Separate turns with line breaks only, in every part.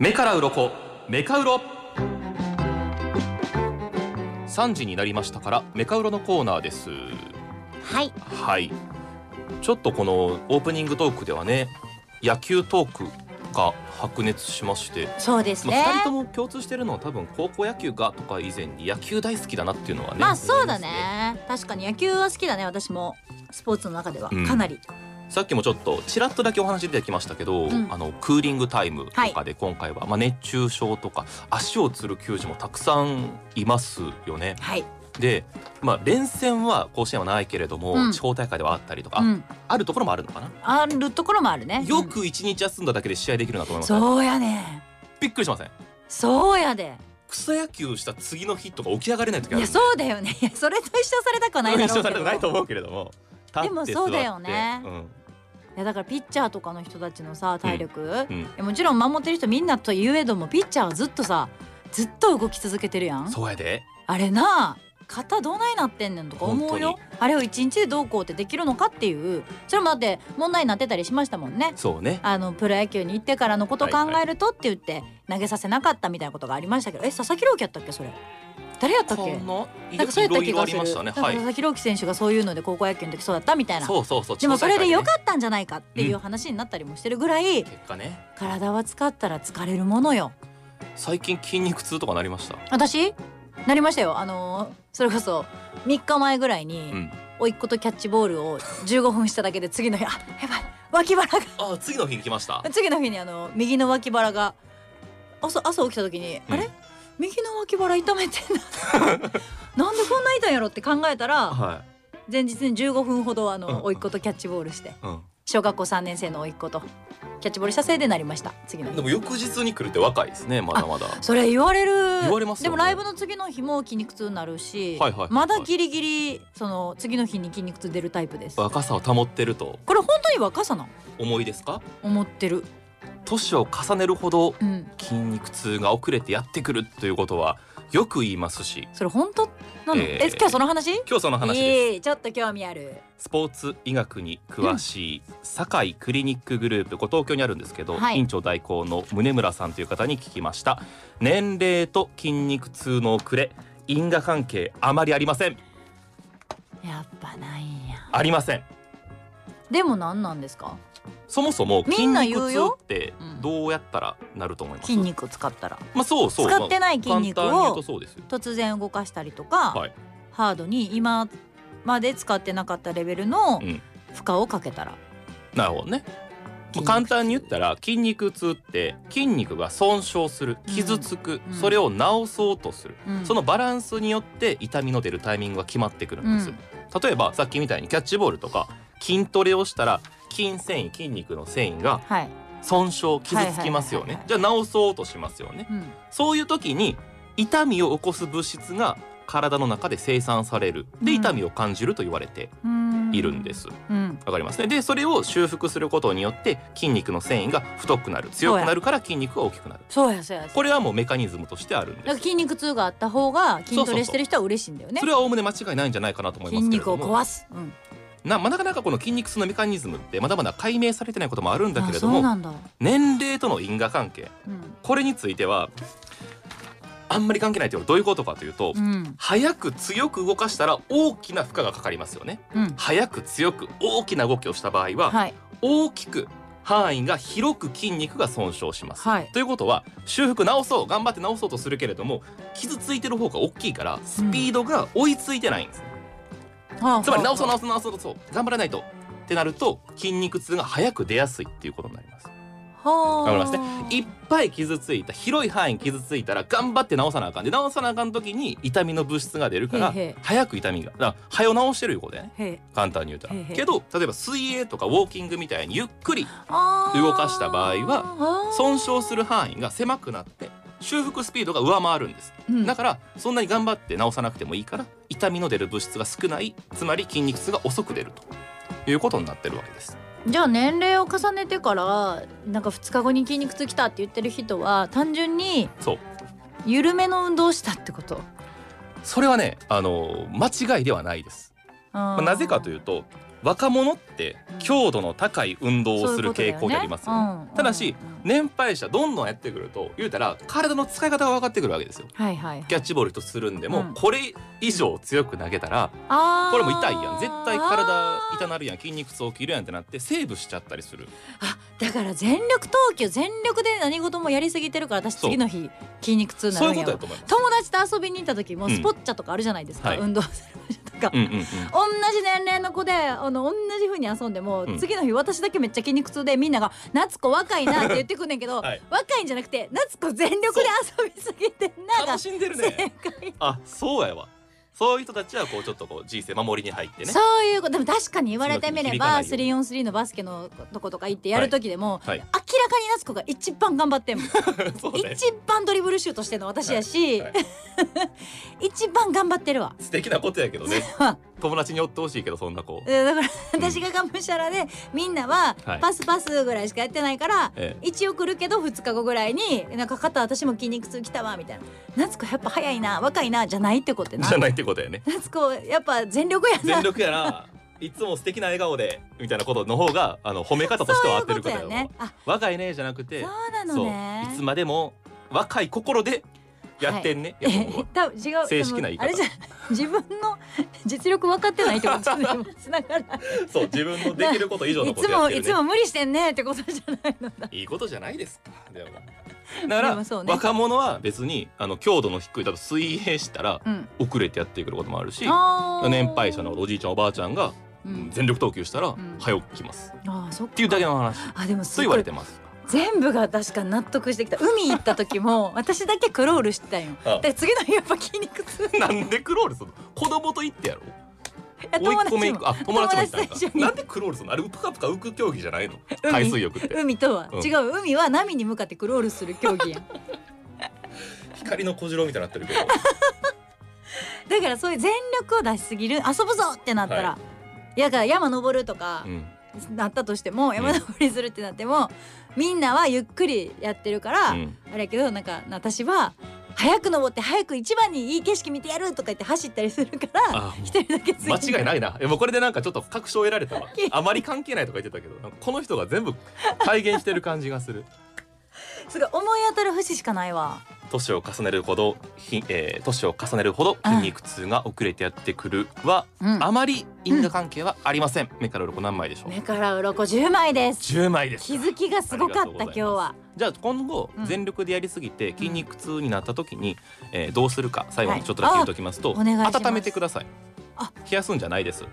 目から鱗メカウロ3時になりましたからメカウロのコーナーです
はい
はいちょっとこのオープニングトークではね野球トークが白熱しまして、
そうです
ま
ね
あ、2人とも共通してるのは多分高校野球がとか以前に野球大好きだなっていうのはね
まあそうだ
思います
ね確かに野球は好きだね私もスポーツの中では
うん
かなり、
さっきもちょっとちらっとだけお話出てきましたけど、
うん
あのクーリングタイムとかで今回は、まあ、熱中症とか足をつる球児もたくさんいますよね。
はい
で、まあ、連戦は甲子園はないけれども、
うん
地方大会ではあったりとか、
うん
あるところもあるのかな。
あるところもあるね
よ、く一日休んだだけで試合できるなと思い
うん
ます、
そうやね
びっくりしません
そうやで
草野球した次の日とか起き上がれない時ある
いやそうだよね いやそれと一緒されたくはないだろうけ
一緒
ど
になるとないと思うけれども立って
でも
座って
そうだよね
うん
いやだからピッチャーとかの人たちのさ体力、
うん
いやもちろん守ってる人みんなと言えどもピッチャーはずっとさずっと動き続けてるやん
そうやで
あれな肩どないなってんねんとか思う
本
よあれを一日でどうこうってできるのかっていうそれもだって問題になってたりしましたもんね
そうね
あのプロ野球に行ってからのことを考えるとって言って投げさせなかったみたいなことがありましたけどえ佐々木朗希やったっけそれ誰やったっ
な
けなんかそうやった
いろ
気
いろあ
が
り
す
ま
る
した
な
ね
んか
はい
佐々木朗希選手がそういうので高校野球の時そうだったみたいな
そうそうそう
でもそれでよ
っ
かったんじゃないかっていう話になったりもしてるぐらい
た結果ね
体は使ったら疲れるものよ
最近筋肉痛とかなりました
私なりましたよあのーそれこそ3日前ぐらいに、
うん
甥っ子とキャッチボールを15分しただけで次の日あやばい脇腹
あー次の日に来ました
が次の日にあの右の脇腹が朝朝起きた時に、
うん
あれ右の脇腹痛めて んななんでこんな痛いんやろって考えたら
は
前日に15分ほどあ
うん
の甥っ子とキャッチボールして
い、う
小学校3年生の甥っ子とキャッチボールしたせいでなりました次の
ん、
日
でも翌日に来るって若いですねまだまだ
それ言われる
言われますよね
でもライブの次の日も筋肉痛になるし、
はいはいはい
まだギリギリその次の日に筋肉痛出るタイプですこ
若さを保ってると
れ本当に若さなの
思いですか
思ってる
年を重ねるほど
うん
筋肉痛が遅れてやってくるということはよく言いますし
それ本当なの、
え
え
ー
今日その話
今日その話です、
いいちょっと興味ある
スポーツ医学に詳しい堺クリニックグループこれ東京にあるんですけど、
はい
院長代行の宗村さんという方に聞きました年齢と筋肉痛の遅れ因果関係あまりありません
やっぱないんや
ありません
でも何なんですか
そもそも筋
みんな言
肉
う
痛
よ
って
うん
どうやったらなると思います
筋肉を使ったら
まあそうそう
使ってない筋肉
まあ簡単に言うと
を
そうですよ
突然動かしたりとか、
はい
ハードに今まで使ってなかったレベルの
うん
負荷をかけたら、
なるほどねまあ
筋肉痛
簡単に言ったら筋肉痛って筋肉が損傷する傷つく、
うん
それを治そうとする
うん
そのバランスによって痛みの出るタイミングが決まってくるんです、
うん
例えばさっきみたいにキャッチボールとか筋トレをしたら筋繊維筋肉の繊維が
はい、
損傷傷つきますよ
はい
ね
はいはい
じゃあ治そうとしますよね
うん、
そういう時に痛みを起こす物質が体の中で生産されるで
うん。
痛みを感じると言われているんですす
うん、
わかりますねでそれを修復することによって筋肉の繊維が太くなる強くなるから筋肉が大きくなる
そうやそうや。
これはもうメカニズムとしてあるんです
だから筋肉痛があった方が筋トレしてる人は嬉しいんだよね
そ。れはおおむね間違いないんじゃないかなと思いま
筋
すけれ
肉
ど
を
も
壊す。うん。
な,、まあ、なかなかこの筋肉痛のメカニズムってまだまだ解明されてないこともあるんだけれど
あそう
も
なんだ。
年齢との因果関係
うん。
これについてはあんまり関係ないというのはどういうことかというと、
うん。
早く強く動かしたら大きな負荷がかかりますよね
うん。
早く強く大きな動きをした場合は、
はい。
大きく範囲が広く筋肉が損傷します、
はい
ということは修復治そう頑張って治そうとするけれども傷ついてる方が大きいからスピードが追いついてないんです、
はあ
つまり直そう
は
直
あ
そう直そう直そう頑張らないとってなると筋肉痛が早く出やすいっていうことになります
はあ。
わかりますねいっぱい傷ついた広い範囲傷ついたら頑張って直さなあかんで直さなあかん時に痛みの物質が出るから
へえへえ
早く痛みがだから早直してるいうことだよね
へえ。
簡単に言うたら
へえへえ
けど例えば水泳とかウォーキングみたいにゆっくり
あー
動かした場合は
あー
損傷する範囲が狭くなって修復スピードが上回るんです
うん
だからそんなに頑張って治さなくてもいいから痛みの出る物質が少ないつまり筋肉痛が遅く出るということになってるわけです
じゃあ年齢を重ねてからなんか2日後に筋肉痛きたって言ってる人は単純に
そう
緩めの運動をしたってこと。
それはねあの間違いではないです、まあ、なぜかといううと若者って強度の高い運動をする傾向にありますよねただし、年配者どんどんやってくると言うたら体の使い方が分かってくるわけですよ
はいはいはい、
キャッチボール一つするんでも、
うん
これ以上強く投げたら
あー
これも痛いやん絶対体痛なるやん筋肉痛起きるやんってなってセーブしちゃったりする
あだから全力投球全力で何事もやりすぎてるから私
そう
次の日筋肉痛にな
そうい
る
うんこ
や
とだ
わ
と思います。
友達と遊びに行った時も
うん
スポッチャとかあるじゃないですか、
はい
運動する場所とか、
うんうんうん
同じ年齢の子であの同じ風に遊んでも、
うん
次の日私だけめっちゃ筋肉痛でみんなが「夏子若いな」って言ってくんねんけど、
はい
若いんじゃなくて「夏子全力で遊びすぎてんな」が
楽しんでる
正
ね。
解、
あ、そうやわ。そういう人たちはこうちょっとこう人生守りに入ってね
そ。ういうことでも確かに言われてみれば
強気に響かない
3on3 のバスケのとことか行ってやる時でも、
はい
明ら。かに夏子が一番頑張ってんもん
そうね。
一番ドリブルシュートしてるの私やし、
はい
一番頑張ってるわ。
素敵なことやけどね。友達に追ってほしいけどそんな子。
えーだから
うん
私ががむしゃらでみんなは
はい
パスパスぐらいしかやってないから、
え
一応来るけど2日後ぐらいになんか肩私も筋肉痛きたわみたいな「夏子やっぱ早いな若いな」じゃないってこと
え
やな
じゃないってことやね。
夏子やっぱ全力や
全
な
力やな。いつも素敵な笑顔でみたいなことの方があの褒め方として
そう
は合
い
って
うこ
る
と
から
や
よ。
ねあ
若いねじゃなく
そ
て、
うなの
そう
ね
いつまでも若い心でやってんね。いやもう
多分違う
正式な言い方
でもあれじゃ自分の実力分かってないってことにもつながらない
そう自分のできること以上の
い
こ
つ
とやっ
も
てる
い
ね
つ。も無理してんねってことじゃないのだ
いいことじゃないですか。でもだか
で
ら、
もそうね
若者は別にあの強度の低いだと水平したら
うん
遅れてやってくることもあるし、
あー
年配者のおじいちゃんおばあちゃんが
うん
全力投球したら
ん
早起きます、っ
あーそって
いうだけの話
あでも
と
す
言わ
ご
れ
い
てます。
全部が確か納得してきた海行った 時も私だけクロールしてたんよ
あ
で次の日やっぱ筋肉痛
なんでクロールするの？子供と行ってやろう。
や
甥っ子めいっ
も
子あ友達もいた
友達
ん
と一緒
か。
に
なんでクロールするの？あれぷかぷか浮く競技じゃないの？
海
海水浴って
海とは、
うん
違う海は波に向かってクロールする競技や ん
光の小次郎みたいになってるけど、
だからそういう全力を出しすぎる遊ぶぞってなったら、
はい
やだから山登るとか
うん、
なったとしても、山登りするってなってもみんなはゆっくりやってるから、
うん
あれやけどなんか私は早く登って早く一番にいい景色見てやるとか言って走ったりするから
あーもう
一人だけついて
間違い
い
ないな。えもうこれでなんかちょっと確証を得られたわ。あまり関係ないとか言ってたけど、なんかこの人が全部体現してる感じがする。
すごい思い当たる節しかないわ
年を重ねるほど、ひえー、年を重ねるほど筋肉痛が遅れてやってくるは、
うん
あまり因果関係はありません。目から鱗何枚でしょう。
目から鱗十10枚です
10枚です。
気づきがすごかった
ありがとうござい
今
ます
日は
じゃあ今後
うん
全力でやりすぎて筋肉痛になった時に、えーどうするか最後にちょっとだけ
は
言
い
っておきますと、
お願いします
温めてください
あ
冷やすんじゃないです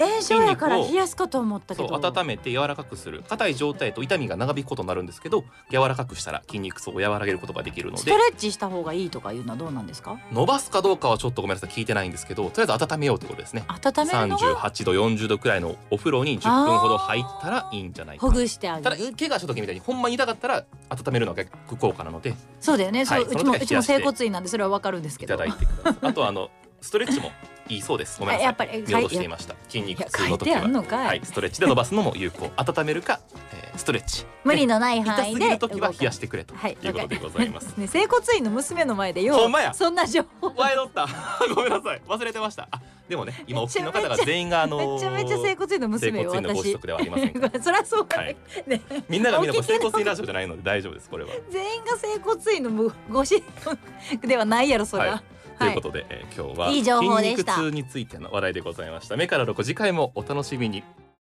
炎症やから
筋肉を
冷やすかと思ったけ
そ
ど
う温めて柔らかくする硬い状態と痛みが長引くことになるんですけど柔らかくしたら筋肉痛を和らげることができるの
ス
で
トレッチした方がいいとかいうのはどうなんですか
伸ばすかどうかはちょっとごめんなさい聞いてないんですけどとりあえず温めようってことですね
温めるのが
38度40度くらいのお風呂に10分ほど入ったらいいんじゃないか
ほ
な
ぐしてあげ
ただ
る
怪我した時みたいにほんまに痛かったら温めるのが逆効果なので
そうだよね、
はい
そうう
そ
ち
の
も
時は
う
冷
ち
やして
も整骨院なんでそれはわかるんです
い
けど
ただいてくださ いあとはあのストレッチもいいそうですごめんなさい
やっぱりえ
見落として
い
い
や
ました筋
い
肉
や
痛
書
の
い
時
てあ
は
んのかい、
はいストレッチで伸ばすのも有効温めるか、えーストレッチ
無理のない
痛
範
す
囲
ぎ
で
る時は冷やしてくれと
はい
いうことでござい ます
ね、整骨院の娘の前でよう
ほんまや
そんな情報
前乗った ごめんなさい忘れてましたあでもね今お聞きの方が全員があのー
めちゃめちゃ整骨院の
整
娘よ
骨院のご子
私
息ではありませ んから
そりゃそうだね,、
はい
ね
みんながみんなこれ
お聞き
整
の
骨院ラジオじゃないので大丈夫ですこれは
全員が整骨院のむご子息ではないやろそりゃ、
はいということで、えー今日はい
い情報でした
筋肉痛についての話題でございました目から鱗次回もお楽しみに